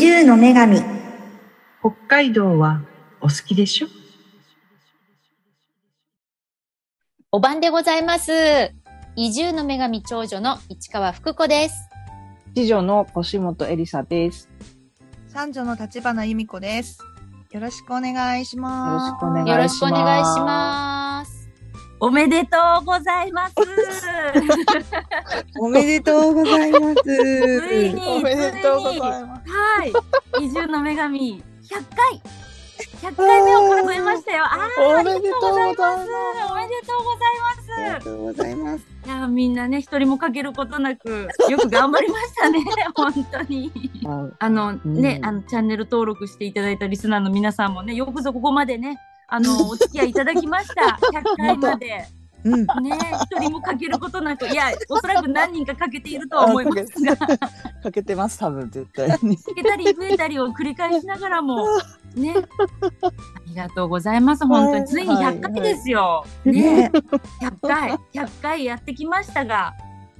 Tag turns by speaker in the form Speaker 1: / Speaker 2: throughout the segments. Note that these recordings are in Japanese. Speaker 1: 神
Speaker 2: 北海道はお好きでしょ
Speaker 3: お晩でございます。移住の女神長女の市川福子です。
Speaker 4: 次女の腰本エリサです。
Speaker 5: 三女の立花由美子です。よろしくお願いします。
Speaker 4: よろしくお願いします
Speaker 3: よろしくお願いします。
Speaker 6: おめでとうございます。
Speaker 1: おめでとうございます
Speaker 6: ついに、
Speaker 5: おめでとうございます。
Speaker 6: ついにはい、移住の女神、100回。100回目を数えましたよ。あー
Speaker 5: おめでとうございます
Speaker 6: おめでとうご
Speaker 1: あ
Speaker 6: ざ
Speaker 1: り
Speaker 6: い
Speaker 1: が
Speaker 6: ます。
Speaker 1: とうございます
Speaker 6: いやー、みんなね、一人もかけることなく、よく頑張りましたね、本当に。
Speaker 4: はい
Speaker 6: あのね、
Speaker 4: うん
Speaker 6: あのチャンネル登録していただいたリスナーの皆さんもね、よくぞここまでね、あのお付き合いいただきました。100回まで。
Speaker 1: うん
Speaker 6: ね、一人もかけることなく、いや、おそらく何人かかけているとは思いますが、か
Speaker 4: かけてます、多分絶対に。
Speaker 6: けたり増えたりを繰り返しながらも、ね、ありがとうございます、本当に。ついに100回ですよ。ね、
Speaker 1: ね
Speaker 6: 100回、100回やってきましたが、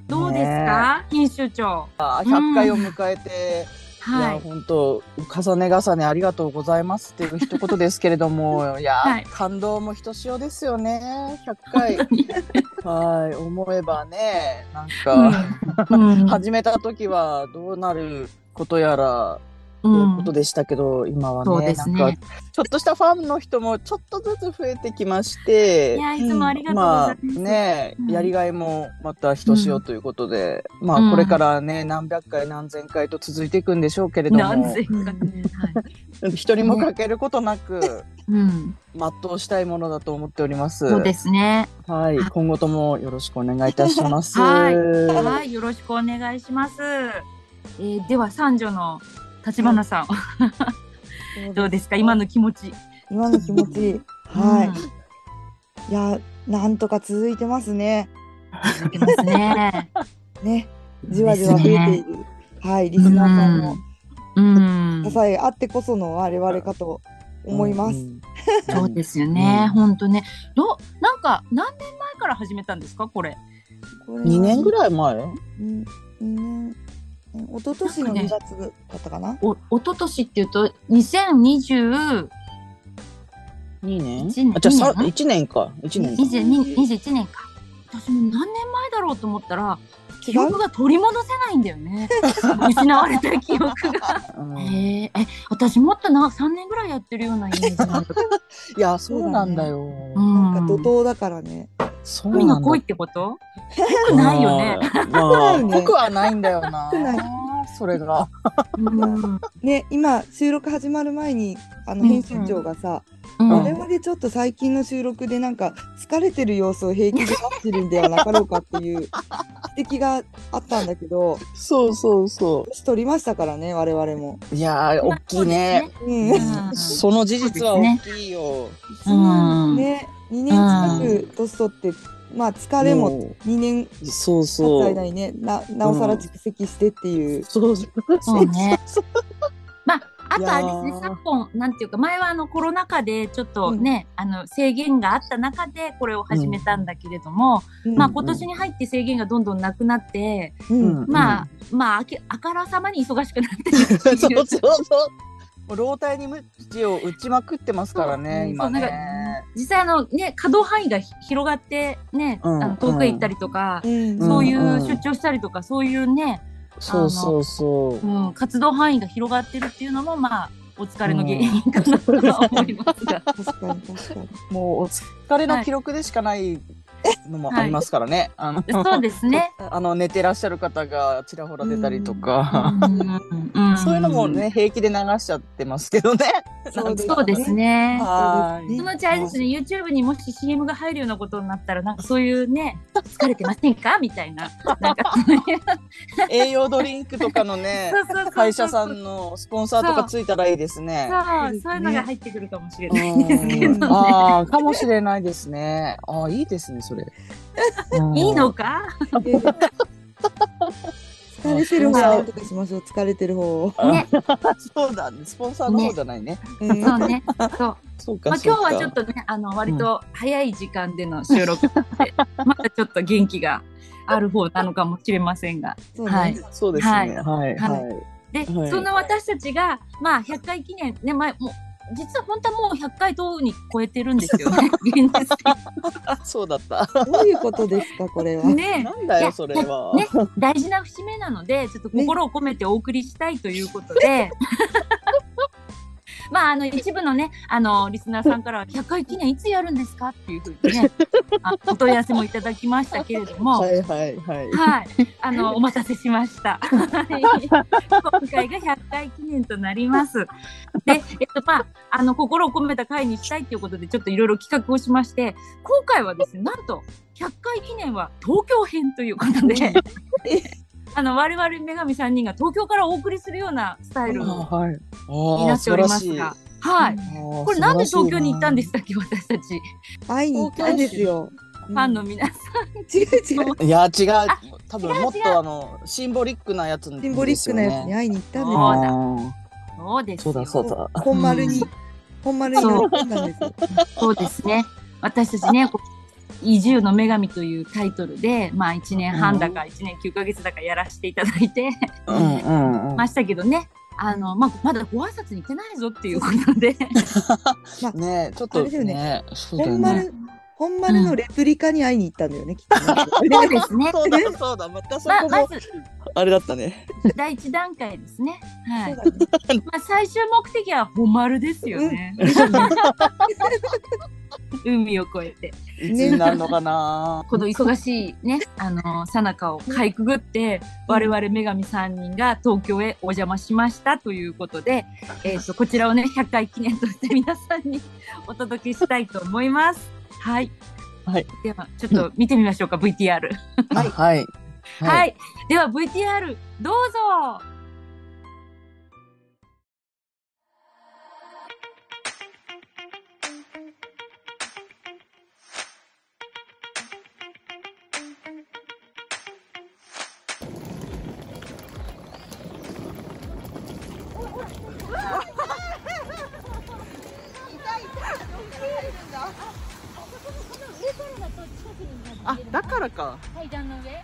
Speaker 6: どうですか、品種長。
Speaker 4: あ100回を迎えて、い
Speaker 6: は
Speaker 4: や
Speaker 6: い。
Speaker 4: 本当重ね重ねありがとうございますっていう一言ですけれど も、いや、
Speaker 6: はい
Speaker 4: 感動もひとしおですよね。100回 はい思えばね、なんか、
Speaker 6: うんうん
Speaker 4: 始めた時はどうなることやらと
Speaker 6: う
Speaker 4: いうんことでしたけど、今は
Speaker 6: そう
Speaker 4: ね
Speaker 6: ですね
Speaker 4: なんかちょっとしたファンの人もちょっとずつ増えてきまし
Speaker 6: い
Speaker 4: て。
Speaker 6: や、いつもありがとうござ
Speaker 4: ま
Speaker 6: い
Speaker 4: あ
Speaker 6: ます。
Speaker 4: ね、
Speaker 6: うん
Speaker 4: やりがいもまたひとしおということで、ま
Speaker 6: う
Speaker 4: あ
Speaker 6: ん
Speaker 4: これからね何百回何千回と続いていくんでしょうけれど
Speaker 6: 何
Speaker 4: も
Speaker 6: 千回ね。はい。
Speaker 4: 一人も欠けることなく、
Speaker 6: うん。
Speaker 4: 全うしたいものだと思っております。
Speaker 6: そうですね。
Speaker 4: はい、今後ともよろしくお願いいたします。
Speaker 6: はい
Speaker 4: は
Speaker 6: はい、よろしくお願いします。えー、では三女の立花さん、どうですか今の気持ち。
Speaker 1: 今の気持ちはい、いやなんとか続いてますね
Speaker 6: い。うん、で すね。
Speaker 1: ねじわじわ増えている、はいリスナーさんの
Speaker 6: うん。
Speaker 1: 支えあってこその我々かと思います、
Speaker 4: うん
Speaker 6: そうですよ
Speaker 4: う
Speaker 6: ね。
Speaker 4: ん
Speaker 6: 本当ね。どうなんか何年前から始めたんですかこれ。
Speaker 4: 二年ぐ
Speaker 1: い
Speaker 4: らい前。
Speaker 1: 2年え一昨年の2月だったかな
Speaker 6: お一昨年っていうと2020
Speaker 4: 二年
Speaker 6: 一。年
Speaker 4: あ、じゃあ、さ、一年か。一年か。
Speaker 6: 22 21年か。私も何年前だろうと思ったら
Speaker 1: 違う
Speaker 6: 記憶が取り戻せないんだよね。失われた記憶が。
Speaker 4: うん
Speaker 6: へええ私もっとな3年ぐらいやってるようなイメージなんだけど、
Speaker 4: いや、そうなんだよ。
Speaker 6: うん
Speaker 1: なんか怒涛だからね。
Speaker 4: そう
Speaker 6: 海
Speaker 4: な
Speaker 6: が
Speaker 4: んだ
Speaker 6: 濃いってこと濃くないよね。
Speaker 4: まあ、
Speaker 1: 濃くないね
Speaker 4: 濃くはないんだよな
Speaker 1: くない。
Speaker 4: それが。
Speaker 6: うん
Speaker 1: ね、今収録始まる前に、あの
Speaker 6: うん
Speaker 1: 編集長がさ、
Speaker 4: う
Speaker 6: うん
Speaker 4: ん
Speaker 1: 我々ちょっと最近の収録でなんか疲れてる様子を平気で出してるんではなかろうかっていう指摘があったんだけど、
Speaker 4: そうそうそ
Speaker 1: 年取りましたからね、我々も。
Speaker 4: う。いやー、大きいね。
Speaker 1: うん。
Speaker 6: う
Speaker 1: ね、
Speaker 6: ん
Speaker 4: その事実は大きいよ。
Speaker 6: うん
Speaker 1: 2年近く年取って、まあ疲れも
Speaker 4: も
Speaker 1: 2年
Speaker 4: う。そう
Speaker 1: 経った
Speaker 4: そ
Speaker 1: 間
Speaker 4: う。
Speaker 1: にね、ななおさら蓄積してっていう。
Speaker 4: そうそう。
Speaker 6: そうねまああとあれ
Speaker 4: い
Speaker 6: です
Speaker 4: やー
Speaker 6: ね昨今なんていうか前はあのコロナ禍でちょっとね、あの制限があった中でこれを始めたんだけれども、
Speaker 1: うん
Speaker 6: まあ今年に入って制限がどんどんなくなって、
Speaker 1: うん
Speaker 6: まあまああきあからさまに忙しくなってる
Speaker 4: そう
Speaker 6: ってい
Speaker 4: そううそう。もう老体に無知を打ちまくってますからね、
Speaker 6: そ
Speaker 4: 今
Speaker 6: うなんか
Speaker 4: ね。
Speaker 6: 実際あのね可動範囲がひ広がってね、
Speaker 4: うん
Speaker 6: あの遠くへ行ったりとか、
Speaker 1: うん
Speaker 6: そうい
Speaker 4: んう
Speaker 6: うん出張したりとか、そういうね、
Speaker 4: そうそうそう。
Speaker 6: うん、活動範囲が広がってるっていうのも、まあ、お疲れの原因かなとは思いますが。
Speaker 1: 確かに確かに。
Speaker 4: もうお疲れの記録でしかないのもありますからね。あの
Speaker 6: そうで すね。
Speaker 4: あの寝てらっしゃる方がちらほら出たりと
Speaker 6: う
Speaker 4: か、
Speaker 6: んうん
Speaker 4: そういうのもね平気で流しちゃってますけど ね。
Speaker 1: そうですね
Speaker 6: そうですね。
Speaker 4: はい
Speaker 1: ね
Speaker 6: そのうちあれですね、YouTube にもし CM が入るようなことになったら、なんかそうい うね、疲れてませんかみたいな。なんかそういう。
Speaker 4: 栄養ドリンクとかのね
Speaker 6: そうそうそうそう
Speaker 4: 会社さんのスポンサーとかついたらいいですね。
Speaker 6: そう、そういうのが入ってくるかもしれ
Speaker 4: う
Speaker 6: ないですけど
Speaker 4: ん
Speaker 6: ね。
Speaker 4: ああかもしれないですね。ああいいですねそれ。うん
Speaker 6: いいのか
Speaker 1: 疲れてる方をなんとかしましょう。疲れてる方を。
Speaker 6: ね。
Speaker 4: そうだねスポンサーの方じゃないね。
Speaker 1: う
Speaker 6: そ
Speaker 1: ん
Speaker 6: うね。そう。
Speaker 4: そうか、
Speaker 6: まあ、今日はちょっ
Speaker 4: と
Speaker 6: とねあの割と早い時間での収録で、まだちょっと元気がある方なのかもしれませんが
Speaker 1: そうね
Speaker 6: はい
Speaker 4: そうですね
Speaker 6: はい
Speaker 4: はいはい。
Speaker 6: で、
Speaker 4: はい
Speaker 6: そんな私たちが、まあ、100回記念、ね、前、もう、実は本当はもう100回とうに超えてるんです よね。現実
Speaker 4: そうだった。
Speaker 1: どういうことですか、こ れは。
Speaker 6: 的にね
Speaker 4: な。んだ
Speaker 6: い
Speaker 4: よ
Speaker 6: や
Speaker 4: それは。
Speaker 6: ね大事な節目なので、ちょっと心を込めてお送りしたいということで、 まあ、あの、一部のね、あの、リスナーさ んからは、100回記念いつやるんですかっていうふうにね、あお問い合わせもいただきましたけれども、
Speaker 4: はいはいはい。
Speaker 6: はい、あのお待たせしました。はい今回が100回記念となります。で、えっとまああの心を込めた回にしたいということでちょっといろいろ企画をしまして、今回はですね、なんと100回記念は東京編ということで、あの我々女神3人が東京からお送りするようなスタイル
Speaker 4: あ
Speaker 6: に
Speaker 4: はい。
Speaker 6: な
Speaker 4: ああ素
Speaker 6: ってお
Speaker 4: 晴
Speaker 6: り
Speaker 4: らし
Speaker 6: ます
Speaker 4: い。
Speaker 6: が、はい。
Speaker 4: こ
Speaker 6: これなんで東京に行ったんですし。たっけ私たち
Speaker 1: 会いに行ったんですよ。
Speaker 6: ファンの
Speaker 1: うん
Speaker 6: 皆さん。
Speaker 1: 違う違う。
Speaker 4: いや違う。多分もっとあのシンボリックなやつですよね。
Speaker 1: シンボリックなやつに会いに行ったんです
Speaker 6: そう
Speaker 1: よ
Speaker 6: だ
Speaker 4: あ
Speaker 6: そうで
Speaker 4: あ
Speaker 6: す
Speaker 4: そ
Speaker 6: よ
Speaker 4: うだそうだ。
Speaker 1: 本丸に、本丸に喜んだんですよ。
Speaker 6: そうですね。私たちね、こう移住の女神というタイトルで、まあ1年半だか1年9ヶ月だかやらせていただいて
Speaker 4: うんうんうん
Speaker 6: ま。したけどね、あの、まあまだご挨拶に行ってないぞっていうことで、
Speaker 4: ねえちょっと
Speaker 1: あれだよね
Speaker 4: ねそうだよ
Speaker 1: 本
Speaker 4: ね。
Speaker 1: 丸、本丸のレプリカに会いに行ったんだよね、きっとね。
Speaker 6: そうですね。
Speaker 4: そうだそうだまたそ
Speaker 6: ま
Speaker 4: こ
Speaker 6: ま
Speaker 4: も
Speaker 6: ず
Speaker 4: あれだったね。
Speaker 6: 第一段階ですね。
Speaker 1: そ
Speaker 6: はい。
Speaker 1: う
Speaker 6: ま
Speaker 1: だね
Speaker 6: あ最終目的は本丸ですよね。海を越えて。
Speaker 4: いつになるのかな。
Speaker 6: この忙しいね、あの、さなかをかいくぐって、我々女神3人が東京へお邪魔しましたということで、えっ、と、こちらをね、100回記念として皆さんにお届けしたいと思います。はい。
Speaker 4: はい。
Speaker 6: では、ちょっと見てみましょうか、VTR。
Speaker 4: はいはい。
Speaker 6: はい、では VTR どうぞ
Speaker 4: あだからか。
Speaker 6: 階段の上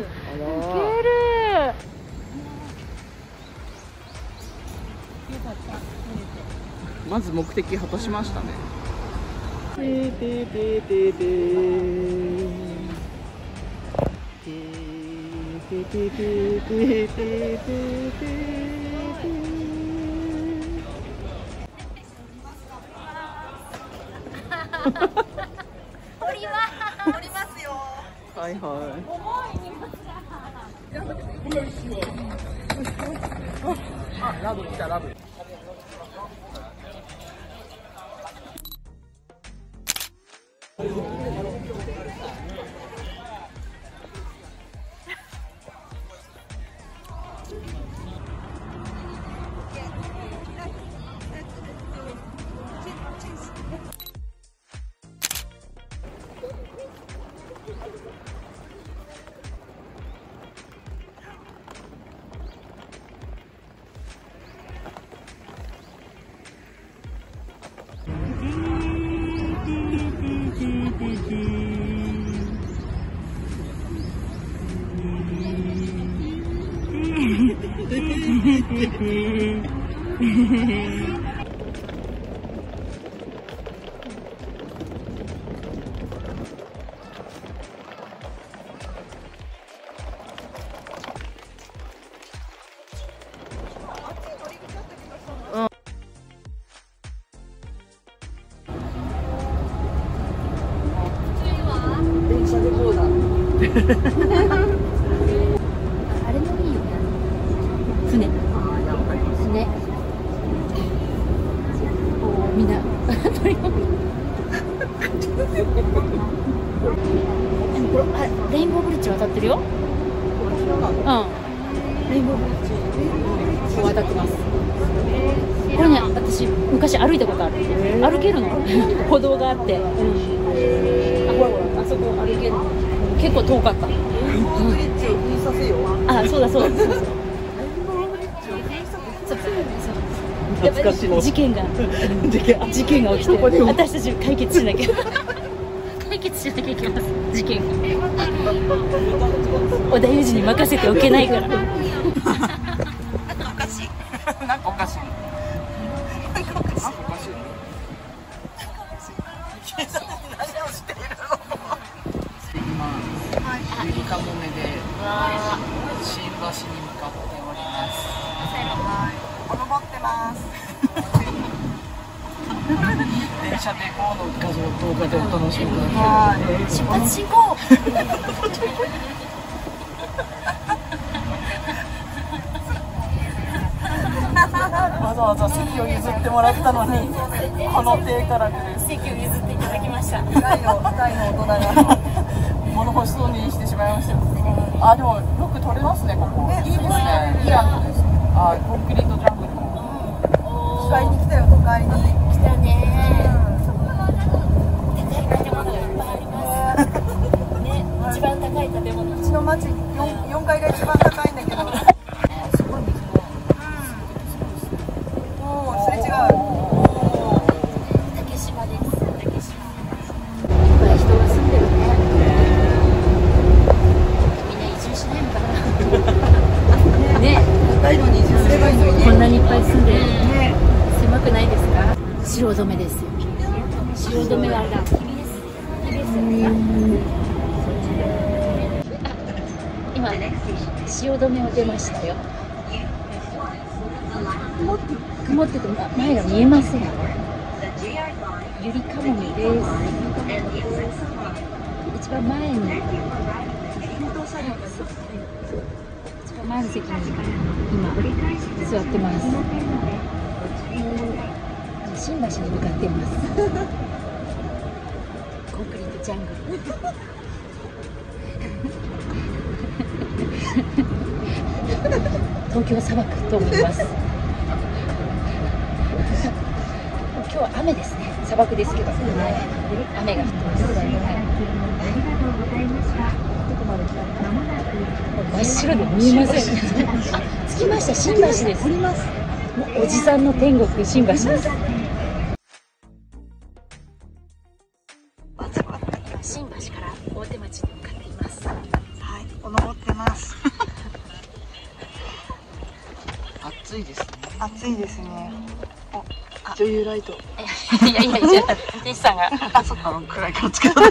Speaker 4: あら。まず目的果たしましたね。はいは
Speaker 3: あれもいいよね。船。船。おーみんな。 鳥もあレインボーブリッジ渡ってるよ。うん。レインボーブリッジ。渡ってます。これね、私昔歩いたことある。歩けるの？ 歩道があって。あ、ほらほら、あそこ歩けるの。結構遠かった。あ、そうだそうだ。そうそうそうそう
Speaker 7: 懐かしの
Speaker 3: 事件が事件が起きて
Speaker 7: そこに
Speaker 3: 私たち解決しなきゃ解決しなきゃいけません事 件が織田裕二に任せておけないか ら
Speaker 4: なんかおかしい。なんかおかしい。警察に何をしているの今、ゆりかもめで新橋に向かっております。はい、転がってます。電車でこうの画像動画でお楽しみください。
Speaker 3: 出発進行
Speaker 4: わざわざ席を譲ってもらったのに、この手からくです。
Speaker 3: 席を譲っていただきました
Speaker 4: 大の大の大人が物欲しそうにしてしまいましたよ。あでもよく取れますねここ。いいですね。いいアングルです。あコンクリートジャングルも。買いに来たよ都会に。
Speaker 3: 来たね高い建物がいっぱいありますね一番高い建物
Speaker 4: うちの町四四階が一番高いんだけど。おおすれ違う。
Speaker 3: 竹島です竹島いっぱい人が住んでるねみんな移住しないのかなね
Speaker 1: 高いのに移住すればいいのにね
Speaker 3: こんなにいっぱい住んで、狭くないですか白染めですよ白染めはあれだ君です君ですあ今ね白染めを出ましたよ曇って曇ってても前が見えませんゆりかもめです一番前に一番前の席に今座ってます新橋に向かっていますコンクリートジャングル東京は砂漠と思います今日は雨ですね砂漠ですけど、はい雨が降ってます、はい、真っ白で見えませんあ着きました新橋ですもうおじさんの天国新橋です新橋から大手町に向かっています。
Speaker 4: 暑いですね。
Speaker 8: 暑いですね。お、女優ライト。
Speaker 3: いやいやいや、西さんが。
Speaker 4: あそっか暗いからつけた。
Speaker 8: は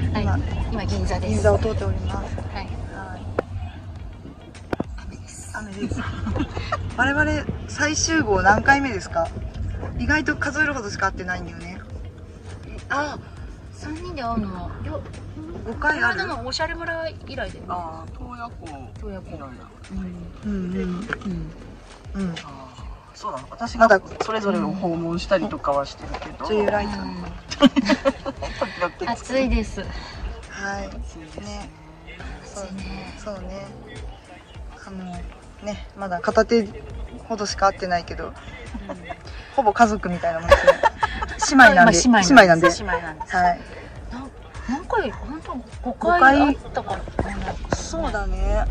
Speaker 8: い。今
Speaker 3: 今銀座です。
Speaker 8: 銀座を通っております。
Speaker 3: はい。
Speaker 8: 雨です。我々最終号何回目ですか？意外と数えるほどしか会ってないんだよね。
Speaker 3: あ、三人で会うの、よ、
Speaker 8: 5回ある。
Speaker 3: のおしゃれ村以来だよね。
Speaker 4: ああ洞爺湖。
Speaker 3: 洞爺
Speaker 4: い
Speaker 3: 湖
Speaker 4: ろいろ
Speaker 8: うんうんうん。
Speaker 4: あーそうなの私がそれぞれを訪問したりとかはしてるけど、
Speaker 8: 女優ライト。
Speaker 4: 時々
Speaker 3: 暑いです。
Speaker 8: はい。
Speaker 4: 暑いですね
Speaker 8: ねそう
Speaker 3: 暑いね
Speaker 8: そうね。あのねまだ片手ほどしか会ってないけど、ほぼ家族みたいなもんですね。姉妹なんで。
Speaker 3: まあ
Speaker 8: 姉妹なんで。
Speaker 3: 姉妹なんです。
Speaker 8: はい。
Speaker 3: 何回、本当五回会ったから。
Speaker 8: そうだね。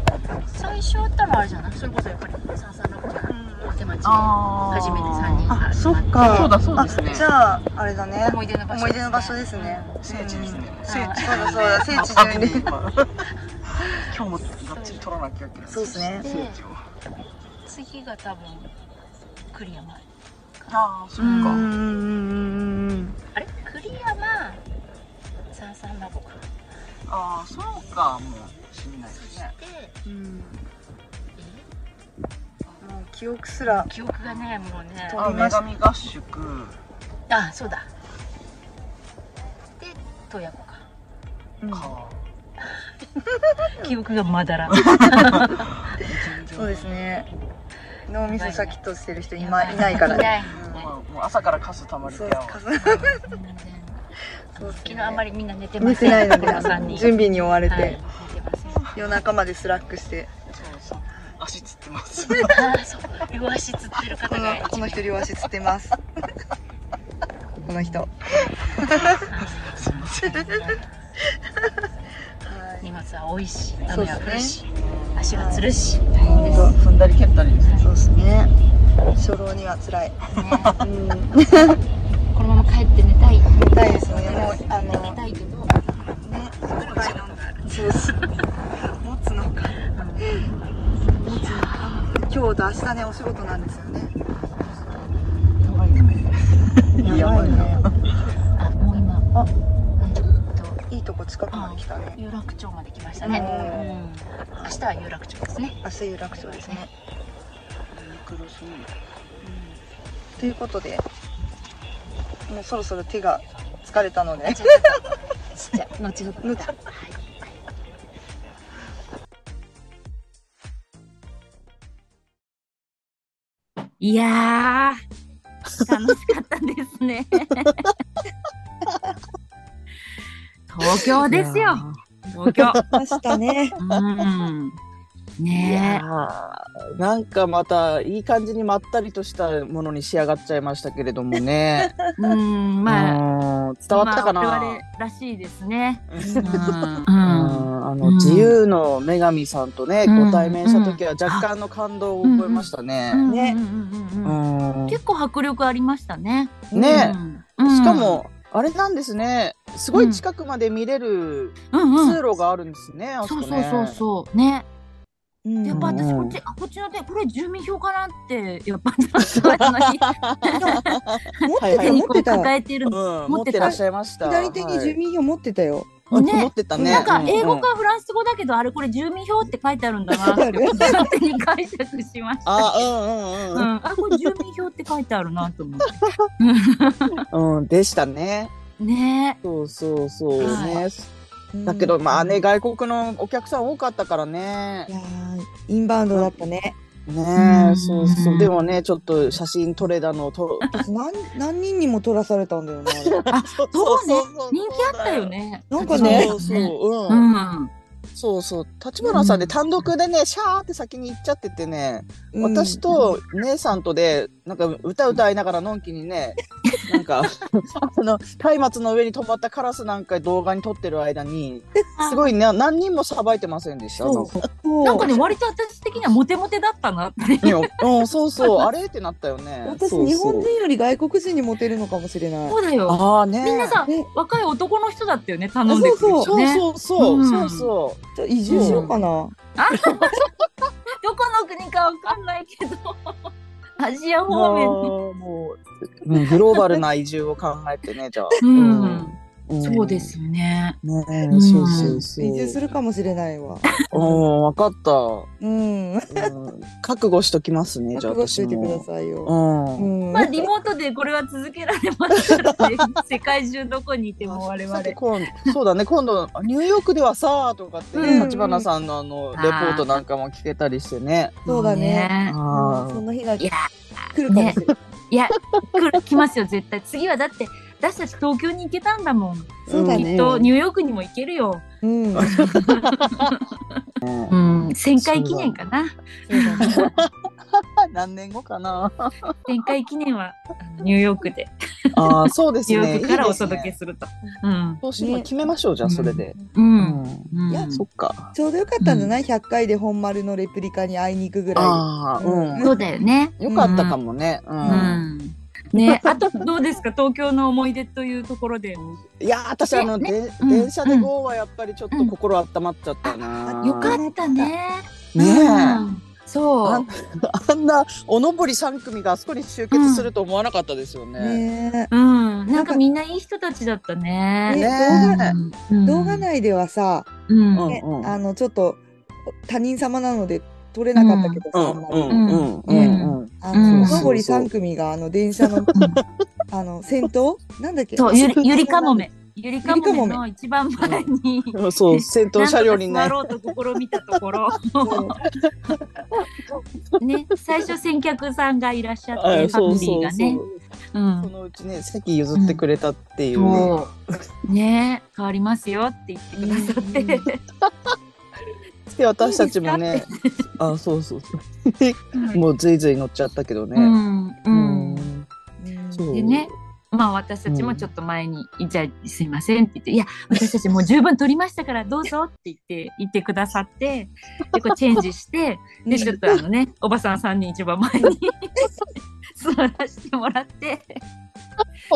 Speaker 3: 最初会ったのはあれじゃない。それこそやっぱり三三六じゃない。大手町で
Speaker 4: あー
Speaker 3: 初めて三人が集ま
Speaker 8: あ、
Speaker 3: て。
Speaker 8: そっか。
Speaker 4: そうだそうですね
Speaker 8: あじゃあ、あれだね。
Speaker 3: 思い出の場所。
Speaker 8: 思い出の場所ですね。
Speaker 4: 聖地ですね
Speaker 3: ん
Speaker 4: 聖地
Speaker 8: そうだそうだ、聖地
Speaker 4: あ
Speaker 8: 巡
Speaker 4: 雨に
Speaker 8: 礼。
Speaker 4: 今今日もがっちり取らなきゃいけない
Speaker 8: そうですね
Speaker 4: 聖地を
Speaker 3: 次が多分。栗山。
Speaker 4: ああそうか、
Speaker 8: うんうんうんうん
Speaker 3: あれ、栗山。三三六か。
Speaker 4: ああそうかもうしんないですね
Speaker 3: で。
Speaker 8: うん。もう記憶すら。
Speaker 3: 記憶がねもうね
Speaker 8: と
Speaker 4: あ女神合宿
Speaker 3: あそうだで洞爺湖か
Speaker 8: うん
Speaker 4: か、
Speaker 3: 記憶がまだら
Speaker 8: そうですね。脳みそシャキッとしてる人今い
Speaker 3: やば
Speaker 8: ないから
Speaker 3: い。ない
Speaker 4: うんまあもう朝からカスたまり
Speaker 8: そ
Speaker 4: だ
Speaker 8: う、
Speaker 4: よ
Speaker 8: かす。そうですね
Speaker 3: 昨日あんまりみんな寝てま
Speaker 8: 寝
Speaker 3: せん
Speaker 8: てないので、
Speaker 3: こ3人
Speaker 8: 準備に追われ
Speaker 3: はい
Speaker 8: て、
Speaker 3: 寝てません
Speaker 8: 夜中までスラックして、
Speaker 4: そうそう足つってます
Speaker 3: あーそう両足つってる
Speaker 8: こ
Speaker 3: 方
Speaker 8: の
Speaker 3: が
Speaker 8: この人両足つってます。この人。は
Speaker 4: すいません
Speaker 3: 荷物は多いし
Speaker 8: そ
Speaker 3: 雨
Speaker 8: うです
Speaker 3: は
Speaker 8: ね
Speaker 3: 降るし明足がつるし、
Speaker 8: 本当
Speaker 4: 踏んだり蹴ったりですね。
Speaker 8: そうですね初老には辛い
Speaker 3: ね、
Speaker 8: うん
Speaker 3: このまま帰って寝たい寝
Speaker 8: 辛いですねもうあの
Speaker 3: たいけど
Speaker 8: ね、いっぱい飲んだ。そうそう。持つのか。持つのか。今日と明日ね、お仕事なんですよね。やばいね。やばいね。
Speaker 3: あもう今
Speaker 8: あ
Speaker 3: うんと
Speaker 8: いいとこ近くまで来たね。
Speaker 3: 有楽町まで来ましたね、
Speaker 8: うん
Speaker 3: うん、明日は有楽町ですね
Speaker 8: 明日有楽町ですね。うんということで、もうそろそろ手が疲れたので。
Speaker 3: じゃあ後ほどまた
Speaker 6: いやー、楽しかったですね。東京ですよ。東京。
Speaker 1: ましたね。
Speaker 6: うん。
Speaker 4: いや
Speaker 6: ね
Speaker 4: ーなんかまたいい感じにまったりとしたものに仕上がっちゃいましたけれどもね。
Speaker 6: え。うん、まあ。
Speaker 4: うん伝わったかな。
Speaker 6: まあ我々らしいですね。
Speaker 4: うん
Speaker 6: う
Speaker 4: うん
Speaker 6: ん。
Speaker 4: あの、
Speaker 6: うん
Speaker 4: 自由の女神さんとね、
Speaker 6: うん
Speaker 4: ご対面した時は若干の感動を覚えましたね。
Speaker 6: うん
Speaker 1: ね
Speaker 6: うんうんうん
Speaker 4: う
Speaker 6: うん
Speaker 4: ん
Speaker 6: 結構迫力ありましたね。
Speaker 4: ね、
Speaker 6: うん
Speaker 4: しか、もあれなんですねすごい近くまで見れる
Speaker 6: うんうん
Speaker 4: 通路があるんですね、あそ
Speaker 6: そ
Speaker 4: こ
Speaker 6: う
Speaker 4: ね
Speaker 6: そうそうそう。ね。
Speaker 1: うん
Speaker 6: やっぱ
Speaker 4: ね
Speaker 6: 私こっち、あこっちの手これ住民票かなってやっぱちょっとあの
Speaker 1: 持って
Speaker 4: は
Speaker 1: た
Speaker 6: 手
Speaker 4: い
Speaker 1: よ
Speaker 6: に
Speaker 1: 持
Speaker 6: こ
Speaker 1: って
Speaker 6: う
Speaker 1: た。
Speaker 6: 抱えている
Speaker 4: うん、
Speaker 6: 持
Speaker 4: 持
Speaker 6: っ
Speaker 4: ってて
Speaker 6: た
Speaker 4: らっしゃいました
Speaker 1: 左手に住民票持ってたよ。
Speaker 4: はい
Speaker 6: ね
Speaker 4: 持ってたね
Speaker 6: なんか英語
Speaker 4: うん
Speaker 6: かフランス語だけど、あれこれ住民票って書いてあるんだなって
Speaker 1: 書
Speaker 6: 勝手に解釈しました。
Speaker 4: あ
Speaker 6: う
Speaker 4: うんうん
Speaker 6: ん、あこれ住民票って書いてあるなと思って。
Speaker 4: うん、うん、でしたね
Speaker 6: ね
Speaker 4: そうそうそうね、
Speaker 6: は
Speaker 4: だけどまあね
Speaker 1: が。
Speaker 4: 外国のお客さん多かったからね
Speaker 1: いやーインバウンドだったね。
Speaker 4: ね
Speaker 6: うん
Speaker 4: そうそうでもねちょっと写真撮れたのと
Speaker 1: 私何何人にも撮らされたんだよね。あれ
Speaker 4: そう
Speaker 6: そうね
Speaker 4: そう
Speaker 6: 人気あったよね。
Speaker 1: なんかね
Speaker 4: そうそう、うん
Speaker 6: うん。
Speaker 4: そうそう立花さんで単独でねシャーって先に行っちゃっててね、
Speaker 1: うん
Speaker 4: 私と姉さんとでなんか歌歌いながらのんきにねなんかあの松明の上に止まったカラスなんか動画に撮ってる間にすごいな何人もさばいてませんでした。
Speaker 1: そうそう
Speaker 6: なんかね、割と私的にはモテモテだったなって。
Speaker 4: なんかいやうん、そうそうあれってなったよね。
Speaker 1: 私
Speaker 4: そうそう
Speaker 1: 日本人より外国人にモテるのかもしれない。
Speaker 6: そうだよ。
Speaker 4: ああね
Speaker 6: みんなさ
Speaker 1: ね、
Speaker 6: 若い男の人だったよね、頼んでく
Speaker 4: そ
Speaker 6: る人
Speaker 4: う
Speaker 6: ね。
Speaker 4: そうそう、
Speaker 6: ね
Speaker 4: そうそ
Speaker 1: ちょっと移住しようかな。
Speaker 6: どこの国かわかんないけど、 アジア
Speaker 4: う。
Speaker 6: 方面に。
Speaker 4: もうもううんグローバルな移住を考えてねじゃあ。
Speaker 6: うん、
Speaker 4: ん
Speaker 6: そうで。すよね。
Speaker 4: ね
Speaker 6: うん
Speaker 4: そうそうそう。
Speaker 1: 移住するかもしれないわ。
Speaker 4: うんわかった。
Speaker 1: うん。
Speaker 4: うん覚悟しときます ね、じゃあ
Speaker 1: 覚悟し
Speaker 4: 私
Speaker 1: といてくだ
Speaker 4: も。
Speaker 1: さいよ。
Speaker 4: う。
Speaker 1: うんん。
Speaker 6: まあリモートでこれは続けられますからね。世界中どこにいても我
Speaker 4: さ
Speaker 6: 々。
Speaker 4: て今そうだね今度ニューヨークではさとかって
Speaker 1: うん
Speaker 4: 立花さんのあのレポートなんかも聞けたりしてね。
Speaker 1: そうだね。
Speaker 6: ね
Speaker 1: うん
Speaker 4: あ
Speaker 1: その日が
Speaker 6: い
Speaker 1: 来
Speaker 6: や
Speaker 1: るかもしれない。
Speaker 6: いや来る来ますよ絶対。次はだって私たち東京に行けたんだもん。き
Speaker 1: そうだ
Speaker 6: っ
Speaker 1: ね。
Speaker 6: とニューヨークにも行けるよ。
Speaker 1: うん。そう
Speaker 6: うん。1000回記念かな。
Speaker 1: だね。
Speaker 4: あ何年後かな。
Speaker 6: 1000回記念はあのニューヨークで
Speaker 4: ああそうです
Speaker 6: ニ
Speaker 4: ね。
Speaker 6: ューヨークからお
Speaker 4: いい
Speaker 6: 届
Speaker 4: で
Speaker 6: け
Speaker 4: すね。
Speaker 6: すると。うん。
Speaker 4: そうしよう決めましょうじゃあそれで。
Speaker 6: う。
Speaker 4: うんん。
Speaker 6: うん
Speaker 1: いや
Speaker 4: そっか。
Speaker 1: ちょうどよかったんじゃない ?100 回で本丸のレプリカに会いに行くぐら
Speaker 4: ああうん。
Speaker 6: そうだよね。
Speaker 4: よかったかもね。う。
Speaker 6: うんん。ね、あとどうですか東京の思い出というところで。
Speaker 4: いやー私あの
Speaker 6: ね
Speaker 4: で
Speaker 6: うん
Speaker 4: 電車で GO はやっぱりちょっと心温まっちゃったな。
Speaker 1: あよかった
Speaker 6: ね。
Speaker 4: ねえ。
Speaker 6: そ
Speaker 4: あ
Speaker 6: う。
Speaker 4: んあんなおのぼり3組があそこに集結すると思わなかったですよ
Speaker 1: い。
Speaker 4: ね。
Speaker 1: ね
Speaker 6: うん、なんかみんないい人たちだった
Speaker 1: え。
Speaker 6: ね。
Speaker 1: ね動画
Speaker 6: うん
Speaker 1: 動画。内ではさ、
Speaker 6: うん。
Speaker 4: うん
Speaker 1: ね
Speaker 4: うん
Speaker 1: あのちょっと他人様なので撮れなかったけど
Speaker 4: う
Speaker 1: さ、あ
Speaker 4: ん
Speaker 1: んま
Speaker 4: う
Speaker 1: り
Speaker 4: んうんうんうん。
Speaker 1: あ
Speaker 6: うん
Speaker 1: の、お
Speaker 6: そうそう
Speaker 1: のぼり3組が、あの、電車 の、あの、先頭なんだっけ
Speaker 6: そう、ゆり、ゆりかもめ。ゆりかもめの一番前に。
Speaker 4: うんそう先頭車両に
Speaker 6: な
Speaker 4: ね
Speaker 6: んと。か座ろうと試みたところ
Speaker 1: そう
Speaker 6: ね最初先客さんがいらっしゃっ
Speaker 4: あ
Speaker 6: てフ
Speaker 4: そ
Speaker 6: ァ
Speaker 4: う
Speaker 6: ミリ
Speaker 4: そ
Speaker 6: ー
Speaker 4: う
Speaker 6: が
Speaker 4: そ
Speaker 6: ね
Speaker 4: う。
Speaker 6: う
Speaker 4: そ
Speaker 6: ん
Speaker 4: のうちね席譲ってくれたっていうね。
Speaker 6: そうね変わりますよって言ってくださって、
Speaker 1: うんうん
Speaker 4: で私たちもね。あそうそう そう。もうずいずい乗っちゃったけど
Speaker 6: う
Speaker 4: ね。
Speaker 6: んう
Speaker 4: うんん。そう
Speaker 6: でねまあ私たちもちょっと前に、じゃあすいませんって言って、いや、私たちもう十分撮りましたからどうぞって言って、言ってくださって、で、こうチェンジして、で、ちょっとあのね、おばさん3人一番前に 座らせてもらって、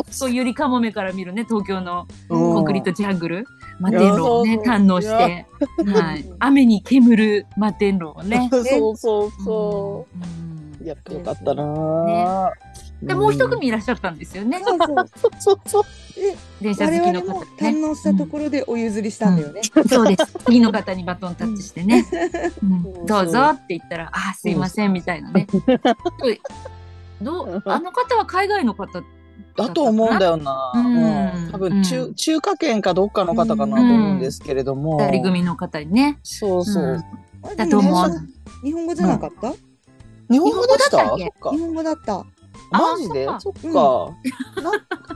Speaker 6: そう、ゆりかもめから見るね、東京のコンクリートジャングル、摩天楼を
Speaker 4: い
Speaker 6: ね
Speaker 4: や、そう
Speaker 6: 堪能して、はい、雨に煙る摩天楼をね。。
Speaker 4: そうそうそう
Speaker 6: ん
Speaker 4: う。いや、よかったなぁ。
Speaker 6: で、もう一
Speaker 4: ん。
Speaker 6: 組いらっしゃったんですよね、
Speaker 1: そうそう
Speaker 4: そうそうそう。
Speaker 6: 電車好
Speaker 1: 我
Speaker 6: きの
Speaker 1: 々も
Speaker 6: 方ね
Speaker 1: 堪。能したところでお譲りしたんだよね。
Speaker 6: そうです。次の方にバトンタッチして ね。うんどうぞって言ったら、あー、すいませんみたいなね。どう、あの方は海外の方。
Speaker 4: だと思うんだよな。
Speaker 6: う
Speaker 4: うんん多分中、中華圏かどっかの方かなと思うんですけれども。
Speaker 6: 二人組の方にね。。
Speaker 4: そうそううん
Speaker 1: あ
Speaker 6: だ
Speaker 1: で
Speaker 6: と
Speaker 1: も
Speaker 6: 思う。
Speaker 1: 日本語じゃなかった？
Speaker 4: 日本語でした
Speaker 6: 日本語だったっけ
Speaker 4: そっか
Speaker 1: 日。本語だった。
Speaker 6: あ
Speaker 4: マジで
Speaker 6: そ
Speaker 4: そっか。な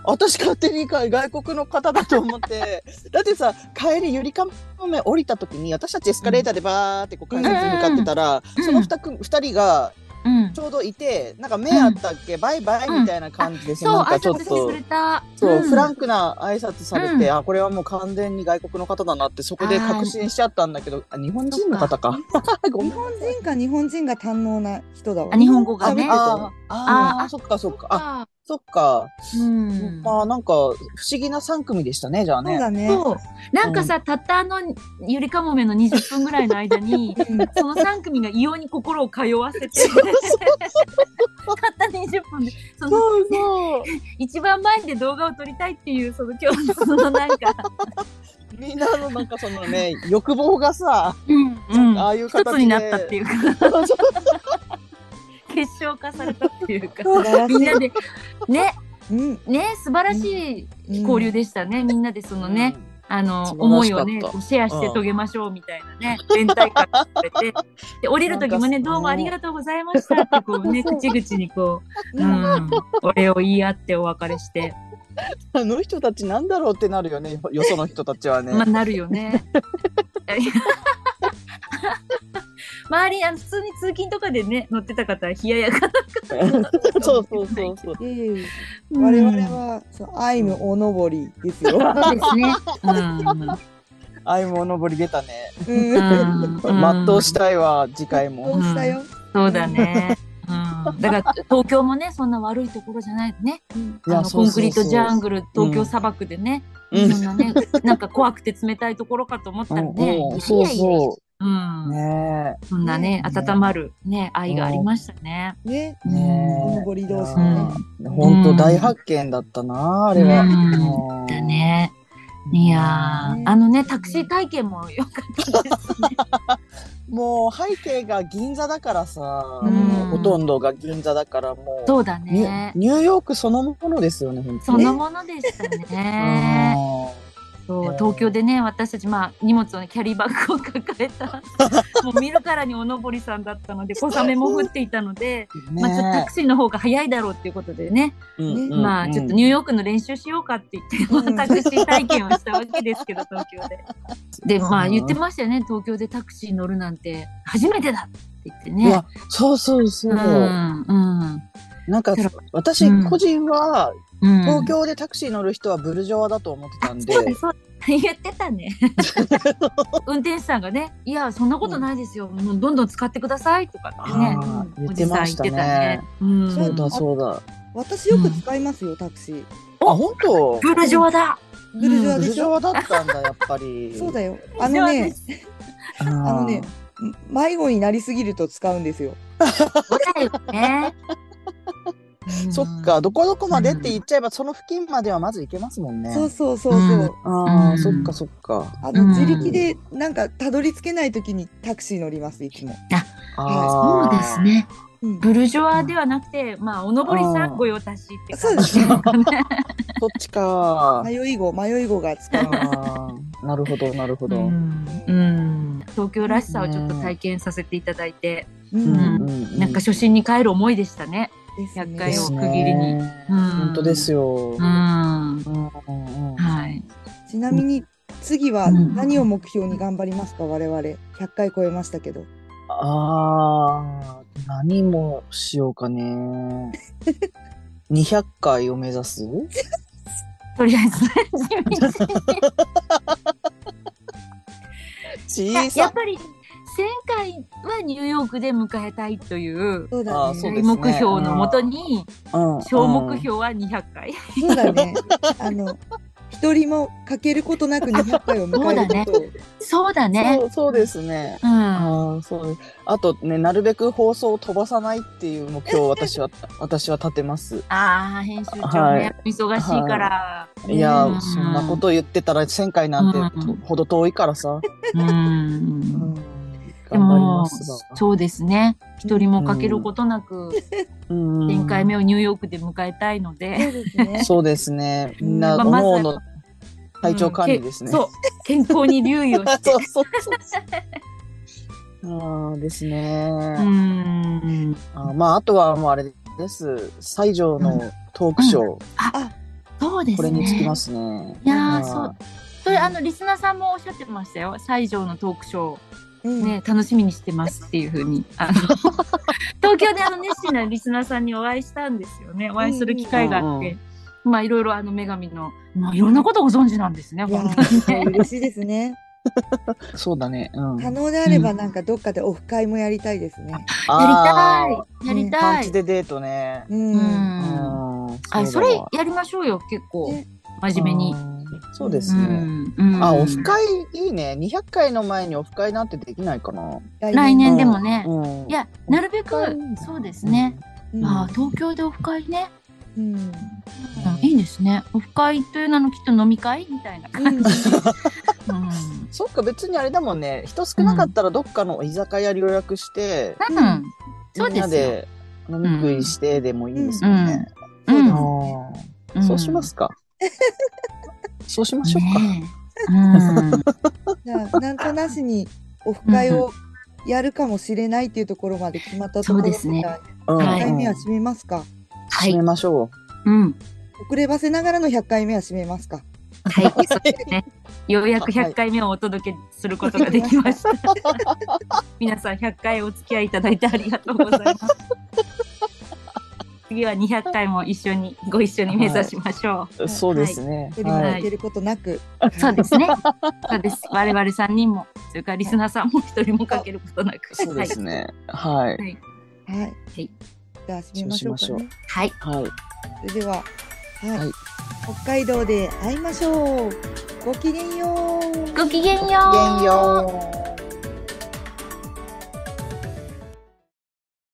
Speaker 4: 私勝手に外国の方だと思って。 だってさ、帰りゆりかもめ降りた時に、私たちエスカレーターでバーってこう改札に向かってたら、
Speaker 6: うん
Speaker 4: その二組二人が
Speaker 6: うん
Speaker 4: ち。ょうどいて、なんか目あったっけ、バイバイみたいな感じでさ、
Speaker 6: そう、
Speaker 4: なんか
Speaker 6: 挨
Speaker 4: ちょっ
Speaker 6: 拶して
Speaker 4: と
Speaker 6: くれ。た。
Speaker 4: そう、
Speaker 6: ん
Speaker 4: フランクな挨拶されて、
Speaker 6: うん
Speaker 4: あこれはもう完全に外国の方だなってそこで確信しちゃったんだけどあ日本人の方か ごめ
Speaker 1: 日
Speaker 4: ん
Speaker 1: 本人か日本人が堪能な人だわ。
Speaker 6: あ日本語がね
Speaker 1: あ
Speaker 4: あー
Speaker 1: 見て
Speaker 4: あー
Speaker 6: あ
Speaker 4: そっかそっかあ
Speaker 6: あ、
Speaker 4: そっか、
Speaker 6: うん。
Speaker 4: まあなんか不思議な3組でしたねじゃあ
Speaker 1: たよそう
Speaker 4: ね
Speaker 1: だね。
Speaker 6: そう。なんかさ、たったあのゆりかもめの20分ぐらいの 間に、
Speaker 1: うん
Speaker 6: その3組が異様に心を通わせて、たった20分で、その
Speaker 4: そうそう
Speaker 6: 一番前で動画を撮りたいっていう、その今日のそのなんか、
Speaker 4: みんなのなんかそのね 欲望がさ、
Speaker 6: うん
Speaker 4: ああいう
Speaker 6: 一
Speaker 4: 形で
Speaker 6: つになったっていうか、
Speaker 4: そうそう
Speaker 6: 結晶化されたっていうか、
Speaker 1: 素晴らし
Speaker 6: みん
Speaker 1: い
Speaker 6: な。で、ね、
Speaker 1: うん。
Speaker 6: ね、素晴らしい交流でしたね、みんなでそのね、あの
Speaker 4: 素晴らしかった
Speaker 6: 思いをねこうシェアして遂げましょうみたいなね連帯感をく れてで降りる時も
Speaker 4: な
Speaker 6: ね
Speaker 4: んか
Speaker 6: どうもありがとうございましたってこ うね口々にこう、う
Speaker 1: うん
Speaker 6: ん、お礼を言い合ってお別 れして、
Speaker 4: あの人たちなんだろうってなるよねよよその人たちはね、
Speaker 6: まあなるよね。周りあの普通に通勤とかでね乗ってた方は冷ややか
Speaker 4: そうそうそうそう
Speaker 1: いえいえ
Speaker 6: うん
Speaker 1: 我々は、そう、アイムおのぼりですよ。
Speaker 6: そうで すね。うん
Speaker 4: 愛も登り出たね
Speaker 1: うん。
Speaker 6: うん
Speaker 4: 全うしたいわ次回
Speaker 1: ど
Speaker 4: も
Speaker 1: うしたよ。
Speaker 6: そうだね。うん、だから東京もねそんな悪いところじゃないね。
Speaker 4: い
Speaker 6: あ
Speaker 4: や
Speaker 6: の
Speaker 4: そ
Speaker 6: コ
Speaker 4: う
Speaker 6: ン
Speaker 4: そうそう
Speaker 6: クリートジャングル東京砂漠でね、
Speaker 4: うん
Speaker 6: そんなね なんか怖くて冷たいところかと思ったらね、いやいやいや、
Speaker 4: そうそう
Speaker 6: ん
Speaker 4: ね
Speaker 6: そんなね温まるね愛がありましたね。
Speaker 1: ね。
Speaker 4: えね
Speaker 1: お
Speaker 4: え
Speaker 1: のぼり同士
Speaker 4: う
Speaker 1: のね。
Speaker 4: ん本当大発見だったな、あれは。
Speaker 6: うんだね。いやー
Speaker 1: ね
Speaker 6: あのねタクシー体験も良かったですね。
Speaker 4: もう背景が銀座だからさ、
Speaker 6: うん
Speaker 4: ほとんどが銀座だからもう
Speaker 6: そうだ
Speaker 4: ニュ
Speaker 6: ね。
Speaker 4: ニューヨークそのものですよね本当
Speaker 6: そ
Speaker 4: に。
Speaker 6: のものでしたね。
Speaker 4: ね
Speaker 6: そう
Speaker 4: ね
Speaker 6: 東京でね私たち、まあ、荷物を、ね、キャリーバッグを抱え たもう見るからにおのぼりさんだったので小雨も降っていたので、まあ、ちょっとタクシーの方が早いだろうっていうことでね、まあ、ちょっとニューヨークの練習しようかって言って、
Speaker 1: うん
Speaker 6: まあタクシー体験をしたわけですけど東京で。 でまあ
Speaker 4: うん
Speaker 6: 言ってましたよね東京でタクシー乗るなんて初めてだって言って
Speaker 4: い
Speaker 6: ね
Speaker 4: や。そうそうそうう。
Speaker 6: んうん
Speaker 4: なんか私
Speaker 6: うん
Speaker 4: 個人は
Speaker 6: うん
Speaker 4: 東京でタクシー乗る人はブルジョワだと思ってたんで。
Speaker 6: そう 言ってた ね運転手さんがね「いやそんなことないですよ、もうどんどん使ってください」とかってね
Speaker 4: あー
Speaker 6: お
Speaker 4: 言っ
Speaker 6: じ
Speaker 4: て
Speaker 6: さん
Speaker 4: ま
Speaker 6: 言
Speaker 4: し
Speaker 6: ったてた
Speaker 4: ね
Speaker 6: ね。。うん
Speaker 4: そうだそうだ。
Speaker 1: 私よく使いますよ、タクシー。
Speaker 4: あ本当。
Speaker 6: ブルジョワだ
Speaker 1: ブルジョワ
Speaker 4: ブ
Speaker 1: で
Speaker 4: ル
Speaker 1: し
Speaker 4: ジ
Speaker 1: ょ
Speaker 4: ョワだったん だやっぱり。
Speaker 1: そう
Speaker 4: よ。
Speaker 1: だよ。あのね、
Speaker 4: あ
Speaker 1: あの
Speaker 4: の。
Speaker 1: ね。迷子になりすぎると使うんですよ。
Speaker 6: そうだよ ね
Speaker 4: そっか、どこどこまでって言っちゃえば、その付近まではまず行けますもんね。
Speaker 1: そうそうそうそう。
Speaker 4: あ
Speaker 6: うん
Speaker 4: あ、そっかそっか。
Speaker 1: あ
Speaker 6: う
Speaker 1: の
Speaker 6: ん
Speaker 1: 自力でなんかたどり着けないときにタクシー乗りますいつも。
Speaker 6: うん。
Speaker 4: あ
Speaker 6: そうです。ね。
Speaker 1: うん、
Speaker 6: ブルジョワではなくて、まあおのぼりさんご用達って
Speaker 1: そう
Speaker 6: 感
Speaker 1: で
Speaker 6: じ
Speaker 1: すね。
Speaker 4: そっちか。
Speaker 1: 迷い子迷い子が使う。
Speaker 4: あーなるほど、なるほ
Speaker 6: う
Speaker 4: ど。うん
Speaker 6: んうん東京らしさをちょっと体験させていただいて、
Speaker 1: うん
Speaker 6: ん
Speaker 4: うん
Speaker 6: なんか初心に帰る思いでしたね。
Speaker 1: ですね
Speaker 6: 厄
Speaker 4: で
Speaker 6: 介を
Speaker 4: すね
Speaker 6: 区切りにうん
Speaker 4: 本当ですよ。
Speaker 6: うん、は
Speaker 4: うんうんうん
Speaker 6: い。
Speaker 1: ちなみに次は
Speaker 6: うん
Speaker 1: 何を目標に頑張りますか我々100回超えましたけど。
Speaker 4: ああ、何もしようかね。 200回を目指す
Speaker 6: とりあ えずね
Speaker 4: 小
Speaker 6: やっ
Speaker 4: さ
Speaker 6: ぱり1000回はニューヨークで迎えたいという
Speaker 1: そうだね。
Speaker 4: あーそうですね
Speaker 6: 大目標のもとに
Speaker 4: うん
Speaker 6: 小目標は200回
Speaker 1: そうだね。あの、一人も欠けることなく200回を迎えることを。
Speaker 6: そうだね
Speaker 4: そうそうですね。
Speaker 6: うん
Speaker 4: ああ、そうです。あとね、なるべく放送を飛ばさないっていう目標を私 は、私は立てます。
Speaker 6: ああ編集長ね、
Speaker 4: はい
Speaker 6: 忙しいから、
Speaker 4: いや
Speaker 6: う
Speaker 4: ー、
Speaker 6: ん
Speaker 4: そんなこと言ってたら1000回なんて
Speaker 6: うん
Speaker 4: ほど遠いからさ。
Speaker 6: うん
Speaker 4: うん
Speaker 6: で
Speaker 4: 頑張りま
Speaker 6: も
Speaker 4: すわ。
Speaker 6: そうですね一人もかけることなく
Speaker 4: うん
Speaker 6: 1000回目をニューヨークで迎えたいの
Speaker 1: そう
Speaker 6: で、
Speaker 1: ですね。
Speaker 4: そうですね。みんな、
Speaker 6: まあ
Speaker 4: 各
Speaker 6: まずは
Speaker 4: 々の体調管理ですね。
Speaker 6: うんけそう健康に留意を して
Speaker 4: そうそうそう。ああですね。
Speaker 6: うん
Speaker 4: あまああとはもうあれです。西条のトークショー、
Speaker 6: そうですね
Speaker 4: これにつきますね。
Speaker 6: いやー
Speaker 4: はい
Speaker 6: そうそれあのリスナーさんもおっしゃってましたよ西条のトークショー
Speaker 1: うん
Speaker 6: ね、楽しみにしてますっていうふうにあの 東京であの熱心なリスナーさんにお会いしたんですよねお会いする機会があっ
Speaker 4: うん
Speaker 6: て、まあいろいろあの女神の、まあ、いろんなことご存知なんですね
Speaker 1: いや
Speaker 6: 本当に
Speaker 1: ー、嬉しいですね。
Speaker 4: そうだね。うん。
Speaker 1: 可能であれば、なんかどっかでオフ会もやりたいですね。
Speaker 4: あー
Speaker 6: やりたいやり
Speaker 4: パ
Speaker 6: た
Speaker 4: ン
Speaker 6: い、
Speaker 4: チでデートね。
Speaker 1: うん。
Speaker 6: うん
Speaker 4: うん。
Speaker 6: あ
Speaker 4: う
Speaker 6: そ
Speaker 4: だ
Speaker 6: れ
Speaker 4: わ
Speaker 6: やりましょうよ結構
Speaker 1: ね
Speaker 6: 真面目に
Speaker 4: あ。ーそうです
Speaker 6: う
Speaker 4: ね。
Speaker 6: んうん
Speaker 4: あ、オフ会いいね。200回の前にオフ会なんてできないかな。
Speaker 6: 来年でもね、
Speaker 4: うん。
Speaker 6: いやなるべく
Speaker 4: オフ会
Speaker 6: そうですね、
Speaker 1: うん
Speaker 6: あー東京でオフ会ね、
Speaker 1: うん。
Speaker 6: うんいいですねオフ会という名のきっと飲み会みたいな感じ、うん
Speaker 4: そっか別にあれだもんね人少なかったらどっかの居酒屋予約して、
Speaker 6: うん、そう
Speaker 4: みん
Speaker 6: で
Speaker 4: な
Speaker 6: すよ。
Speaker 4: で飲み食いしてでもいいですよね、
Speaker 6: う
Speaker 4: あ
Speaker 6: ん
Speaker 4: ーそうします か、そうしましょうか、
Speaker 6: ねえうん、
Speaker 1: じゃあ、なんとなしにオフ会をやるかもしれないっていうところまで決まったところ
Speaker 6: そうですね
Speaker 1: じゃあ
Speaker 4: うん
Speaker 6: は
Speaker 1: 100
Speaker 6: い
Speaker 1: 回目は締めますか。
Speaker 6: は
Speaker 4: 締
Speaker 6: い
Speaker 4: め、ましょ
Speaker 6: うん、
Speaker 1: 遅ればせながらの100回目は締めますか。
Speaker 6: はい、 そうですね。ようやく100回目をお届けすることができま した。皆さん100回お付き合いいただいてありがとうございます。次は200回も一緒にご一緒に目指しましょ
Speaker 4: う、そうですね、
Speaker 1: 一人
Speaker 4: はい
Speaker 1: もいけることなく。
Speaker 6: う。そうですね。 そうです。我々3人も、それからリスナーさんも一人もかけることなく。
Speaker 4: そうですねはい
Speaker 6: はい。
Speaker 1: はい。
Speaker 6: い
Speaker 1: じゃあ、締めましょうか
Speaker 4: そうし
Speaker 1: ね。
Speaker 6: はい。
Speaker 4: はい、
Speaker 1: それでは、はい、
Speaker 4: はい
Speaker 1: 北海道で会いましょう。ごきげんよう。
Speaker 6: ごきげんよ
Speaker 4: ご
Speaker 6: う。
Speaker 4: きげんよう